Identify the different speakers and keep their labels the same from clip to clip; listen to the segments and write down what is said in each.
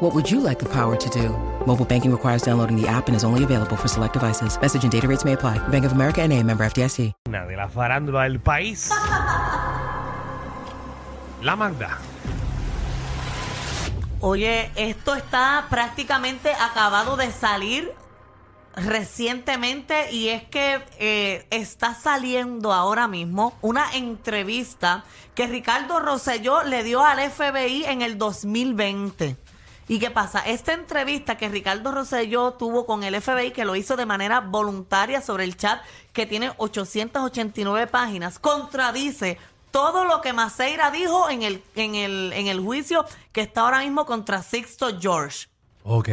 Speaker 1: What would you like the power to do? Mobile banking requires downloading the app and is only available for select devices. Message and data rates may apply. Bank of America and a member FDIC.
Speaker 2: Una de la farándula del país. La Magda.
Speaker 3: Oye, esto está prácticamente acabado de salir recientemente y es que eh, está saliendo ahora mismo una entrevista que Ricardo Rosselló le dio al FBI en el 2020. ¿Y qué pasa? Esta entrevista que Ricardo Rosselló tuvo con el FBI, que lo hizo de manera voluntaria sobre el chat, que tiene 889 páginas, contradice todo lo que Maceira dijo en el, en el, en el juicio que está ahora mismo contra Sixto George.
Speaker 2: Ok.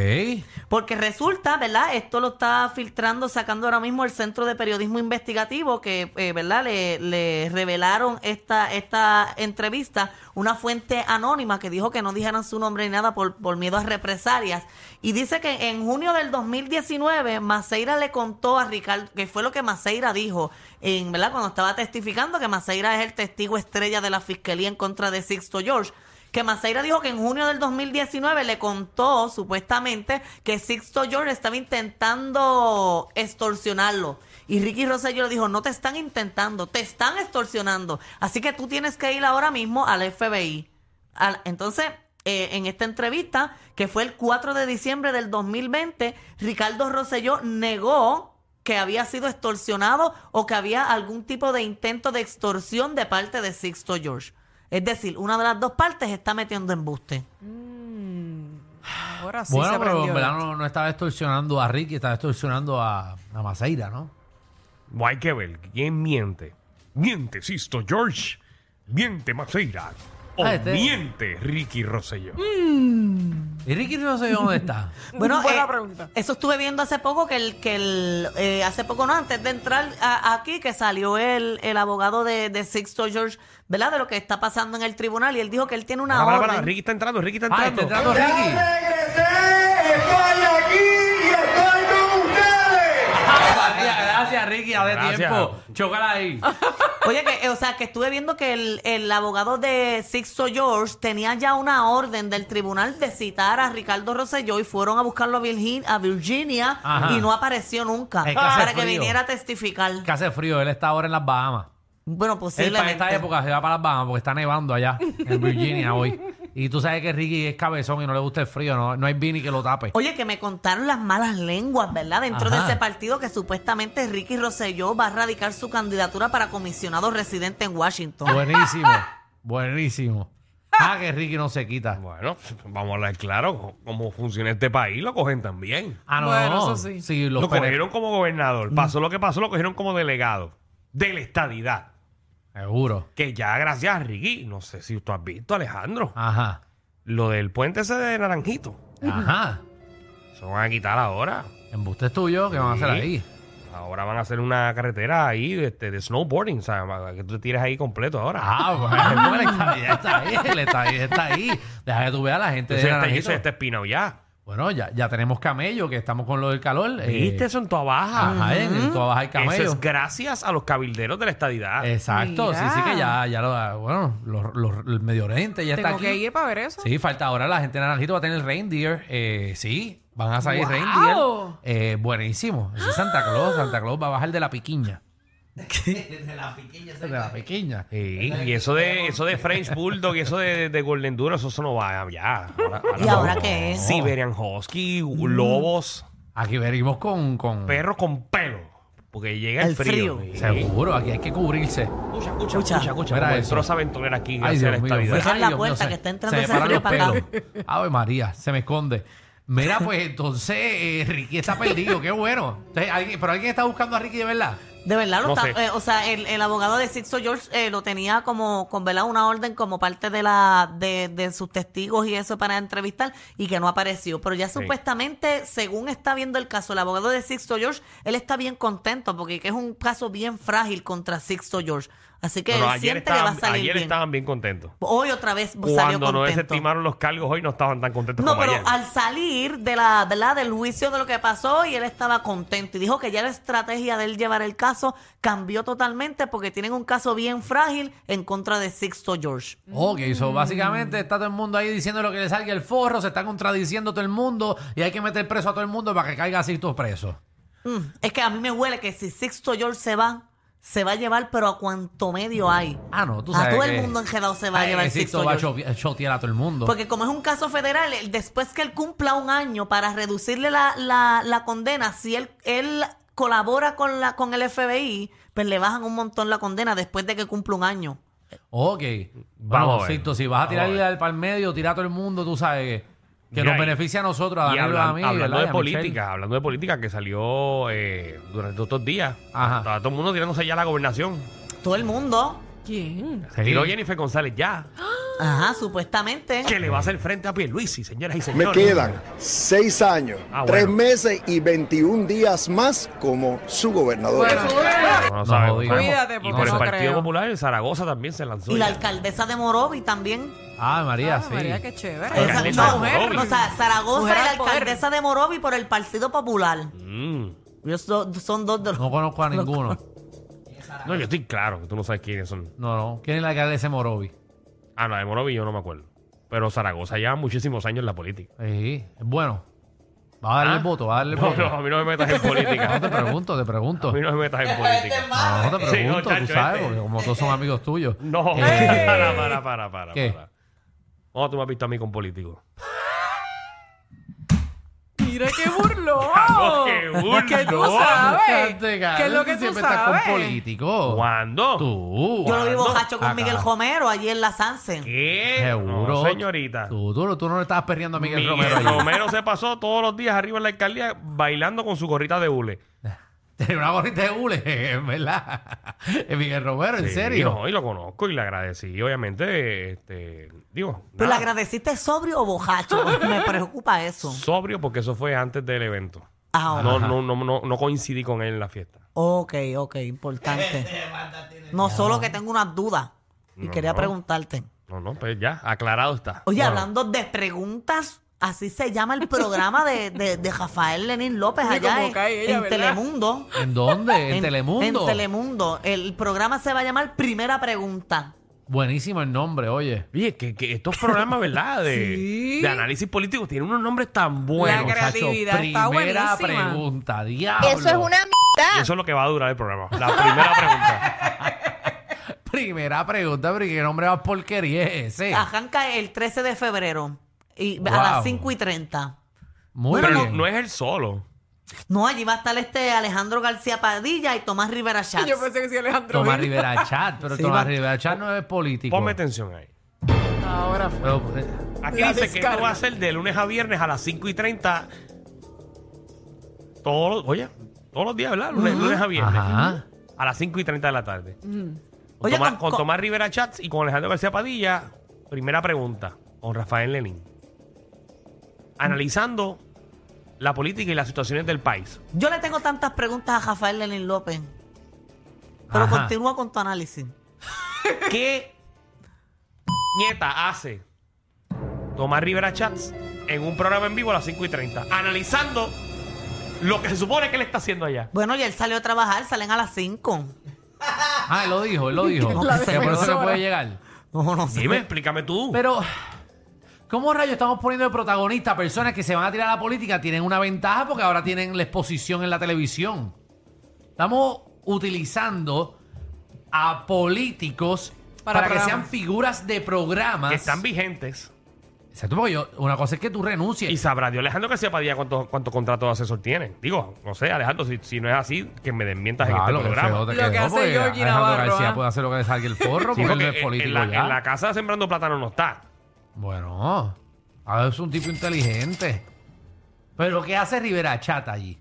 Speaker 3: Porque resulta, ¿verdad? Esto lo está filtrando, sacando ahora mismo el Centro de Periodismo Investigativo, que, eh, ¿verdad? Le, le revelaron esta, esta entrevista una fuente anónima que dijo que no dijeran su nombre ni nada por, por miedo a represalias. Y dice que en junio del 2019, Maceira le contó a Ricardo, que fue lo que Maceira dijo, en, ¿verdad? Cuando estaba testificando, que Maceira es el testigo estrella de la Fiscalía en contra de Sixto George que Maceira dijo que en junio del 2019 le contó supuestamente que Sixto George estaba intentando extorsionarlo. Y Ricky Rosselló le dijo, no te están intentando, te están extorsionando. Así que tú tienes que ir ahora mismo al FBI. Al- entonces, eh, en esta entrevista, que fue el 4 de diciembre del 2020, Ricardo Rosselló negó que había sido extorsionado o que había algún tipo de intento de extorsión de parte de Sixto George. Es decir, una de las dos partes está metiendo embuste.
Speaker 4: Mm, Ahora sí
Speaker 2: bueno,
Speaker 4: se
Speaker 2: pero en
Speaker 4: prendió.
Speaker 2: verdad no, no estaba extorsionando a Ricky, estaba extorsionando a, a Maceira, ¿no?
Speaker 5: No hay que ver quién miente. Miente Sisto George, miente Maceira o
Speaker 2: Ah, este- Mm,
Speaker 5: miente Ricky Rosselló.
Speaker 2: Y Ricky no sé dónde está.
Speaker 3: Bueno,
Speaker 4: Buena
Speaker 3: eh,
Speaker 4: pregunta.
Speaker 3: eso estuve viendo hace poco, que el, que el eh, hace poco no, antes de entrar a- aquí, que salió el, el abogado de, de Sixto George, ¿verdad? De lo que está pasando en el tribunal, y él dijo que él tiene una
Speaker 5: Para, para,
Speaker 3: orden.
Speaker 5: para, Ricky está entrando, Ricky está
Speaker 2: Ah, está
Speaker 5: entrando.
Speaker 2: entrando Ricky.
Speaker 6: regresé, estoy aquí y estoy con ustedes.
Speaker 2: Gracias, gracias, Ricky, hace
Speaker 5: Gracias.
Speaker 2: tiempo. Chócala ahí.
Speaker 3: Oye, que, eh, o sea, que estuve viendo que el, el abogado de Sixto George tenía ya una orden del tribunal de citar a Ricardo Rosselló y fueron a buscarlo a, Virgin- a Virginia
Speaker 2: Ajá.
Speaker 3: y no apareció nunca
Speaker 2: Es que hace
Speaker 3: para que
Speaker 2: frío.
Speaker 3: viniera a testificar.
Speaker 2: Que hace frío, él está ahora en las Bahamas.
Speaker 3: Bueno,
Speaker 2: Él para
Speaker 3: posiblemente.
Speaker 2: esta época se va para las Bahamas porque está nevando allá en Virginia hoy. Y tú sabes que Ricky es cabezón y no le gusta el frío, no, no hay Vini que lo tape.
Speaker 3: Oye, que me contaron las malas lenguas, ¿verdad? Dentro
Speaker 2: Ajá.
Speaker 3: de ese partido que supuestamente Ricky Rosselló va a radicar su candidatura para comisionado residente en Washington.
Speaker 2: Buenísimo, buenísimo. Ah, que Ricky no se quita.
Speaker 5: Bueno, vamos a hablar claro cómo funciona este país, lo cogen también.
Speaker 2: Ah, no,
Speaker 4: Bueno,
Speaker 2: no.
Speaker 4: eso sí.
Speaker 2: los Mm.
Speaker 5: Lo
Speaker 2: PNP.
Speaker 5: cogieron como gobernador, pasó lo que pasó, lo cogieron como delegado de la estadidad.
Speaker 2: Seguro.
Speaker 5: Que ya gracias a Ricky, no sé si tú has visto, Alejandro,
Speaker 2: Ajá.
Speaker 5: lo del puente ese de Naranjito.
Speaker 2: Ajá.
Speaker 5: Se van a quitar ahora.
Speaker 2: Embuste tuyo, ¿qué van a
Speaker 5: Sí.
Speaker 2: hacer ahí?
Speaker 5: Ahora van a hacer una carretera ahí de, este, de snowboarding, o sea, para que tú te tires ahí completo ahora.
Speaker 2: Ah, bueno, bueno, está ahí, está ahí, él está ahí, está ahí. Deja que tú veas a la gente
Speaker 5: Entonces,
Speaker 2: de
Speaker 5: este-
Speaker 2: Naranjito.
Speaker 5: ese está espinado ya.
Speaker 2: Bueno, ya, ya tenemos camello, que estamos con lo del calor. eh,
Speaker 5: ¿Viste eso en toda baja?
Speaker 2: Ajá, en, en toda baja hay
Speaker 5: Eso
Speaker 2: camello.
Speaker 5: es gracias a los cabilderos de la estadidad.
Speaker 2: Exacto,
Speaker 4: Mira.
Speaker 2: sí, sí que ya, ya lo, bueno, los- los- el Medio Oriente ya está
Speaker 4: Tengo
Speaker 2: aquí.
Speaker 4: que ir para ver eso.
Speaker 2: Sí, falta ahora la gente de Naranjito va a tener reindeer. Eh, sí, van a salir
Speaker 4: ¡Wow!
Speaker 2: reindeer. Eh, buenísimo. Ese es Santa Claus. Santa Claus va a bajar de la piquiña. de la piquiña. De la piquiña.
Speaker 5: Sí, y eso de eso de French Bulldog y eso de, de Golden Duro, eso, eso no va ya. Ahora-
Speaker 3: ¿Y ahora qué es?
Speaker 2: Mm.
Speaker 5: Siberian Husky, lobos,
Speaker 2: Aquí venimos con... con
Speaker 5: perros con pelo. Porque llega el,
Speaker 3: El
Speaker 5: frío.
Speaker 3: frío.
Speaker 5: Sí.
Speaker 2: Seguro, aquí hay que cubrirse.
Speaker 5: Escucha, escucha,
Speaker 3: Escucha.
Speaker 5: escucha, escucha.
Speaker 2: Mira
Speaker 5: como
Speaker 2: eso.
Speaker 5: entró esa aventurera aquí
Speaker 2: Ay,
Speaker 5: gracias a
Speaker 2: Dios
Speaker 5: la
Speaker 2: mío.
Speaker 5: estabilidad.
Speaker 3: Deja en la
Speaker 2: Ay, Dios mío,
Speaker 3: puerta,
Speaker 2: se-
Speaker 3: que está entrando
Speaker 2: se me
Speaker 3: ese
Speaker 2: paran
Speaker 3: frío
Speaker 2: los
Speaker 3: para acá.
Speaker 2: pelos. Ave María, se me esconde. Mira, pues entonces eh, Ricky está perdido, qué bueno. Entonces, alguien- pero alguien está buscando a Ricky de verdad.
Speaker 3: De verdad, lo
Speaker 5: No
Speaker 3: está-
Speaker 5: sé.
Speaker 3: eh, o sea, el, el abogado de Sixto George eh, lo tenía como con ¿verdad? una orden como parte de la de, de sus testigos y eso para entrevistar y que no apareció. Pero ya supuestamente, según está viendo el caso, el abogado de Sixto George, él está bien contento porque es un caso bien frágil contra Sixto George. Así que
Speaker 5: Pero
Speaker 3: él
Speaker 5: ayer
Speaker 3: siente que va a
Speaker 5: estaban,
Speaker 3: salir
Speaker 5: ayer
Speaker 3: bien.
Speaker 5: estaban bien contentos.
Speaker 3: Hoy otra vez pues salió
Speaker 5: Cuando
Speaker 3: contento.
Speaker 5: no desestimaron los cargos hoy no estaban tan contentos
Speaker 3: No,
Speaker 5: pues, como
Speaker 3: pero
Speaker 5: ayer.
Speaker 3: al salir de la, ¿verdad? del juicio de lo que pasó y él estaba contento y dijo que ya la estrategia de él llevar el caso cambió totalmente porque tienen un caso bien frágil en contra de Sixto George.
Speaker 2: Ok,
Speaker 3: Mm.
Speaker 2: so básicamente está todo el mundo ahí diciendo lo que le salga el forro, se está contradiciendo todo el mundo y hay que meter preso a todo el mundo para que caiga así todos presos.
Speaker 3: Mm, Es que a mí me huele que si Sixto George se va, se va a llevar pero a cuanto medio hay.
Speaker 2: Ah, no, tú
Speaker 3: A
Speaker 2: sabes.
Speaker 3: todo el
Speaker 2: que-
Speaker 3: mundo enredado se va a
Speaker 2: Ay,
Speaker 3: llevar
Speaker 2: que Sixto
Speaker 3: Sixto
Speaker 2: va a
Speaker 3: George.
Speaker 2: chope- chotear a todo el mundo.
Speaker 3: Porque como es un caso federal, él- después que él cumpla un año para reducirle la, la, la condena, si él, él colabora con la con el FBI, pues le bajan un montón la condena después de que cumpla un año.
Speaker 2: Ok.
Speaker 5: Vamos
Speaker 2: Vamos,
Speaker 5: a ver.
Speaker 2: Sixto, si vas a
Speaker 5: Vamos a
Speaker 2: tirarle
Speaker 5: ver.
Speaker 2: al para el medio, tira a todo el mundo, tú sabes que, que
Speaker 5: Mira,
Speaker 2: nos
Speaker 5: y-
Speaker 2: beneficia a nosotros, a
Speaker 5: Y
Speaker 2: Danilo,
Speaker 5: hablan-
Speaker 2: a mí.
Speaker 5: hablando
Speaker 2: ¿verdad? Y
Speaker 5: de
Speaker 2: a
Speaker 5: política,
Speaker 2: Michelle.
Speaker 5: hablando de política que salió eh, durante estos días.
Speaker 2: Ajá.
Speaker 5: Estaba todo el mundo tirándose ya a la gobernación.
Speaker 3: Todo el mundo,
Speaker 4: ¿Quién?
Speaker 5: Se tiró Jennifer González ya.
Speaker 3: ajá, supuestamente.
Speaker 5: Que le va a hacer frente a Pierluisi, señoras y
Speaker 7: Me
Speaker 5: señores.
Speaker 7: quedan seis años,
Speaker 5: Ah,
Speaker 7: tres
Speaker 5: bueno.
Speaker 7: meses y 21 días más como su gobernador.
Speaker 5: No, sabemos,
Speaker 2: No, jodido.
Speaker 5: sabemos.
Speaker 4: Cuídate,
Speaker 5: y
Speaker 4: porque
Speaker 5: por el
Speaker 4: no
Speaker 5: Partido
Speaker 4: creo.
Speaker 5: Popular en Zaragoza también se lanzó.
Speaker 3: Y la
Speaker 5: ya.
Speaker 3: alcaldesa de Morovi también.
Speaker 2: Ah, María,
Speaker 4: Ah,
Speaker 2: sí.
Speaker 4: María, qué chévere.
Speaker 5: Ay,
Speaker 4: Esa-
Speaker 5: Carlita
Speaker 4: no,
Speaker 5: de
Speaker 4: mujer,
Speaker 5: Morovi.
Speaker 3: o sea, Zaragoza
Speaker 4: Mujer
Speaker 3: y la
Speaker 4: al poder.
Speaker 3: alcaldesa de Morovi por el Partido Popular.
Speaker 5: Mm.
Speaker 3: Ellos do- son dos de los...
Speaker 2: No conozco a ninguno.
Speaker 5: No, yo estoy claro que tú no sabes quiénes son.
Speaker 2: No, no. ¿Quién es la alcaldesa de Morovi?
Speaker 5: Ah, no, de Morovi yo no me acuerdo. Pero Zaragoza lleva muchísimos años en la política.
Speaker 2: Sí. Bueno. Va a darle
Speaker 5: ¿Ah?
Speaker 2: el voto, va a darle el
Speaker 5: No,
Speaker 2: voto.
Speaker 5: no, a mí no me metas en política.
Speaker 2: No te pregunto, te pregunto.
Speaker 5: A mí no me metas en política.
Speaker 2: No, no te
Speaker 5: Sí, no,
Speaker 2: pregunto,
Speaker 5: chacho,
Speaker 2: tú sabes,
Speaker 5: este.
Speaker 2: porque como todos son amigos tuyos.
Speaker 5: No,
Speaker 2: Eh,
Speaker 5: para, para, para, para.
Speaker 2: ¿Qué?
Speaker 5: para. Oh, tú me has visto a mí con políticos.
Speaker 4: Mira qué burlón.
Speaker 5: Claro,
Speaker 3: Oh.
Speaker 5: qué burlón.
Speaker 4: Que tú sabes.
Speaker 2: cállate,
Speaker 4: ¿Qué es
Speaker 2: cállate,
Speaker 4: lo
Speaker 2: tú
Speaker 4: que tú
Speaker 2: siempre estás con
Speaker 4: sabes?
Speaker 2: políticos.
Speaker 5: ¿Cuándo?
Speaker 2: Tú.
Speaker 3: Yo lo vi bojacho
Speaker 5: Ah,
Speaker 3: con
Speaker 2: Acá.
Speaker 3: Miguel Romero allí en la Sanse.
Speaker 5: ¿Qué?
Speaker 2: Seguro.
Speaker 5: No, señorita.
Speaker 2: Tú, tú, tú no le estabas perdiendo a Miguel,
Speaker 5: Miguel
Speaker 2: Romero allí.
Speaker 5: Romero se pasó todos los días arriba en la alcaldía bailando con su gorrita de hule.
Speaker 2: Tenía una gorrita de hule, en verdad. Miguel Romero, en
Speaker 5: Sí,
Speaker 2: serio.
Speaker 5: no, y lo conozco y le agradecí. Obviamente, este, digo,
Speaker 3: ¿Pero le
Speaker 5: nada,
Speaker 3: agradeciste sobrio o bojacho? Me preocupa eso.
Speaker 5: sobrio porque eso fue antes del evento.
Speaker 3: Ah,
Speaker 5: No, no, no, no, no coincidí con él en la fiesta.
Speaker 3: ok, ok, importante. No solo que tengo unas dudas y
Speaker 5: No,
Speaker 3: quería
Speaker 5: no.
Speaker 3: preguntarte.
Speaker 5: No, no, pues ya, aclarado está.
Speaker 3: Oye,
Speaker 5: Bueno,
Speaker 3: hablando de preguntas, así se llama el programa de, de- de Rafael Lenín López
Speaker 4: Oye,
Speaker 3: allá
Speaker 4: cómo
Speaker 3: en,
Speaker 4: cae ella,
Speaker 3: en
Speaker 4: ¿verdad?
Speaker 3: Telemundo.
Speaker 2: ¿En dónde? ¿En, Telemundo?
Speaker 3: En Telemundo. El programa se va a llamar Primera Pregunta.
Speaker 2: Buenísimo el nombre, oye.
Speaker 5: Oye, que, que estos programas, ¿verdad? De,
Speaker 4: Sí.
Speaker 5: de análisis político tienen unos nombres tan buenos.
Speaker 4: La
Speaker 2: muchacho,
Speaker 4: creatividad está
Speaker 2: primera
Speaker 4: buenísima.
Speaker 2: pregunta, diablo.
Speaker 5: Y eso es lo que va a durar el programa. La primera pregunta.
Speaker 2: Primera pregunta, pero ¿qué nombre más porquería es ese?
Speaker 3: Arranca el 13 de febrero y
Speaker 2: Wow.
Speaker 3: a las 5 y 30.
Speaker 2: Muy
Speaker 5: Pero no,
Speaker 2: bien.
Speaker 5: no es el solo.
Speaker 3: No, allí va a estar este Alejandro García Padilla y Tomás Rivera Schatz.
Speaker 4: Yo pensé que sí, Alejandro.
Speaker 2: Tomás
Speaker 4: Vil.
Speaker 2: Rivera Chat, pero
Speaker 3: Sí,
Speaker 2: Tomás
Speaker 3: va-
Speaker 2: Rivera Chat no es político.
Speaker 5: Ponme este- atención ahí.
Speaker 4: Ahora fue.
Speaker 2: Pero, eh,
Speaker 5: Aquí
Speaker 4: La
Speaker 5: dice que esto
Speaker 4: descarga.
Speaker 5: va a ser de lunes a viernes a las 5 y 30. Todos los, oye, todos los días, ¿verdad? Lunes, lunes a viernes.
Speaker 2: Ajá.
Speaker 5: A las 5 y 30 de la tarde. Con,
Speaker 3: Oye,
Speaker 5: Tomás,
Speaker 3: con-
Speaker 5: con
Speaker 3: con-
Speaker 5: Tomás Rivera Chats y con Alejandro García Padilla, primera pregunta con Rafael Lenin. Analizando la política y las situaciones del país.
Speaker 3: Yo le tengo tantas preguntas a Rafael Lenin López. Pero
Speaker 2: Ajá.
Speaker 3: continúa con tu análisis.
Speaker 5: ¿Qué nieta hace Tomás Rivera Chats en un programa en vivo a las 5 y 30? Analizando lo que se supone que él está haciendo allá.
Speaker 3: Bueno, y él salió a trabajar, salen a las 5.
Speaker 2: Ah, él lo dijo, él lo dijo.
Speaker 3: La
Speaker 2: que por eso se
Speaker 4: defensora.
Speaker 2: puede llegar.
Speaker 3: No, no sé.
Speaker 5: Dime, explícame tú.
Speaker 2: Pero, ¿cómo rayos estamos poniendo de protagonista a personas que se van a tirar a la política? Tienen una ventaja porque ahora tienen la exposición en la televisión. Estamos utilizando a políticos
Speaker 4: Para
Speaker 2: para, que
Speaker 4: programas.
Speaker 2: sean figuras de programas.
Speaker 5: que están vigentes.
Speaker 2: Exacto, porque yo, una cosa es que tú renuncies.
Speaker 5: Y sabrá Dios, Alejandro García Padilla cuántos cuántos contratos de asesor tiene. Digo, no sé, Alejandro, si, si no es así, que me desmientas en este
Speaker 2: Claro, qué
Speaker 5: programa.
Speaker 2: feo te
Speaker 4: Lo que
Speaker 2: quedó,
Speaker 4: hace
Speaker 2: porque
Speaker 4: Georgie
Speaker 2: Alejandro
Speaker 4: Navarro,
Speaker 2: García
Speaker 4: ¿ah?
Speaker 2: puede hacer lo que le salga el forro
Speaker 5: Sí,
Speaker 2: porque él
Speaker 5: porque
Speaker 2: no es
Speaker 5: en-
Speaker 2: político
Speaker 5: en, la,
Speaker 2: ya.
Speaker 5: en la casa de Sembrando Plátano no está.
Speaker 2: Bueno, a ver, es un tipo inteligente. Pero ¿qué hace Rivera Chat allí?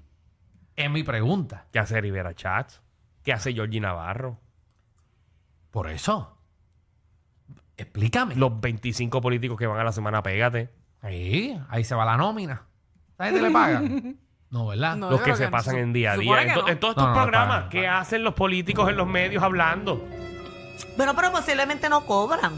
Speaker 2: Es mi pregunta.
Speaker 5: ¿Qué hace Rivera Chats? ¿Qué hace Georgie Navarro?
Speaker 2: Por eso. Explícame.
Speaker 5: Los 25 políticos que van a la semana Pégate.
Speaker 2: Ahí, ahí se va la nómina. ¿La gente le paga? No, ¿verdad?
Speaker 4: No,
Speaker 5: los que
Speaker 4: yo creo
Speaker 5: se
Speaker 4: que
Speaker 5: pasan
Speaker 4: no.
Speaker 5: en día a día.
Speaker 4: Supone
Speaker 5: En,
Speaker 4: que
Speaker 5: to-
Speaker 4: no.
Speaker 5: en todos estos
Speaker 2: No, no, no
Speaker 5: programas,
Speaker 2: pagan, no
Speaker 5: ¿qué
Speaker 2: pagan.
Speaker 5: hacen los políticos en los medios hablando?
Speaker 3: Bueno, pero posiblemente no cobran.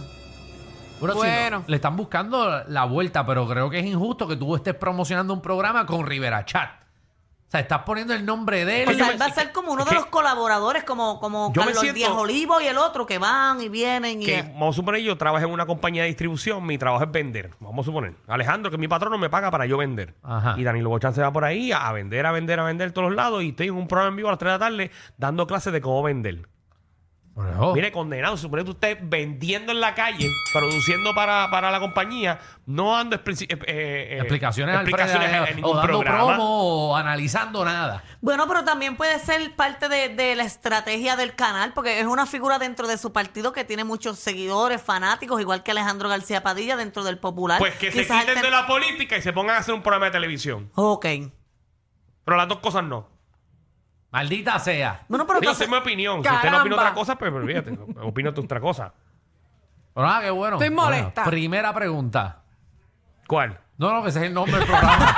Speaker 2: Bueno, si
Speaker 4: Bueno.
Speaker 2: no, le están buscando la vuelta, pero creo que es injusto que tú estés promocionando un programa con Rivera Chat. O sea, estás poniendo el nombre de él.
Speaker 3: O
Speaker 5: Oye,
Speaker 3: sea,
Speaker 5: me-
Speaker 3: él va a ser como uno
Speaker 5: es
Speaker 3: de
Speaker 5: que-
Speaker 3: los colaboradores, como, como
Speaker 5: Yo me
Speaker 3: Carlos
Speaker 5: siento-
Speaker 3: Díaz Olivo y el otro, que van y vienen. Y...
Speaker 5: Que, vamos a suponer, yo trabajo en una compañía de distribución, mi trabajo es vender. Vamos a suponer. Alejandro, que mi patrono me paga para yo vender.
Speaker 2: Ajá.
Speaker 5: Y Danilo Bochán se va por ahí a, a vender, a vender, a vender a todos los lados. Y estoy en un programa en vivo a las 3 de la tarde dando clases de cómo vender.
Speaker 4: Oh.
Speaker 2: Bueno,
Speaker 5: Mire, condenado, supone que usted vendiendo en la calle, produciendo para, para la compañía, no dando expli- eh, eh, eh,
Speaker 2: explicaciones, al
Speaker 5: explicaciones
Speaker 2: frente,
Speaker 5: en
Speaker 2: o
Speaker 5: ningún
Speaker 2: dando
Speaker 5: programa.
Speaker 2: promo o analizando nada.
Speaker 3: Bueno, pero también puede ser parte de, de la estrategia del canal, porque es una figura dentro de su partido que tiene muchos seguidores, fanáticos, igual que Alejandro García Padilla dentro del Popular.
Speaker 5: Pues que se
Speaker 3: Quizás
Speaker 5: quiten
Speaker 3: él te-
Speaker 5: de la política y se pongan a hacer un programa de televisión.
Speaker 3: Ok.
Speaker 5: Pero las dos cosas no.
Speaker 2: Maldita sea.
Speaker 3: Bueno, pero
Speaker 5: Digo,
Speaker 3: entonces-
Speaker 5: esa es mi opinión. Si usted no opina
Speaker 4: Caramba.
Speaker 5: otra cosa, pues olvídate. Opina tú otra cosa.
Speaker 2: Pero nada, qué bueno.
Speaker 4: Estoy molesta.
Speaker 2: Bueno, primera pregunta.
Speaker 5: ¿Cuál?
Speaker 2: No, no, que ese es el nombre del programa.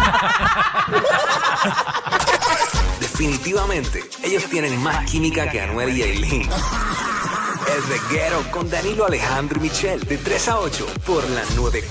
Speaker 8: Definitivamente, ellos tienen más química que Anuel y Aileen. El reguero con Danilo Alejandro y Michel, de 3 a 8, por la 9.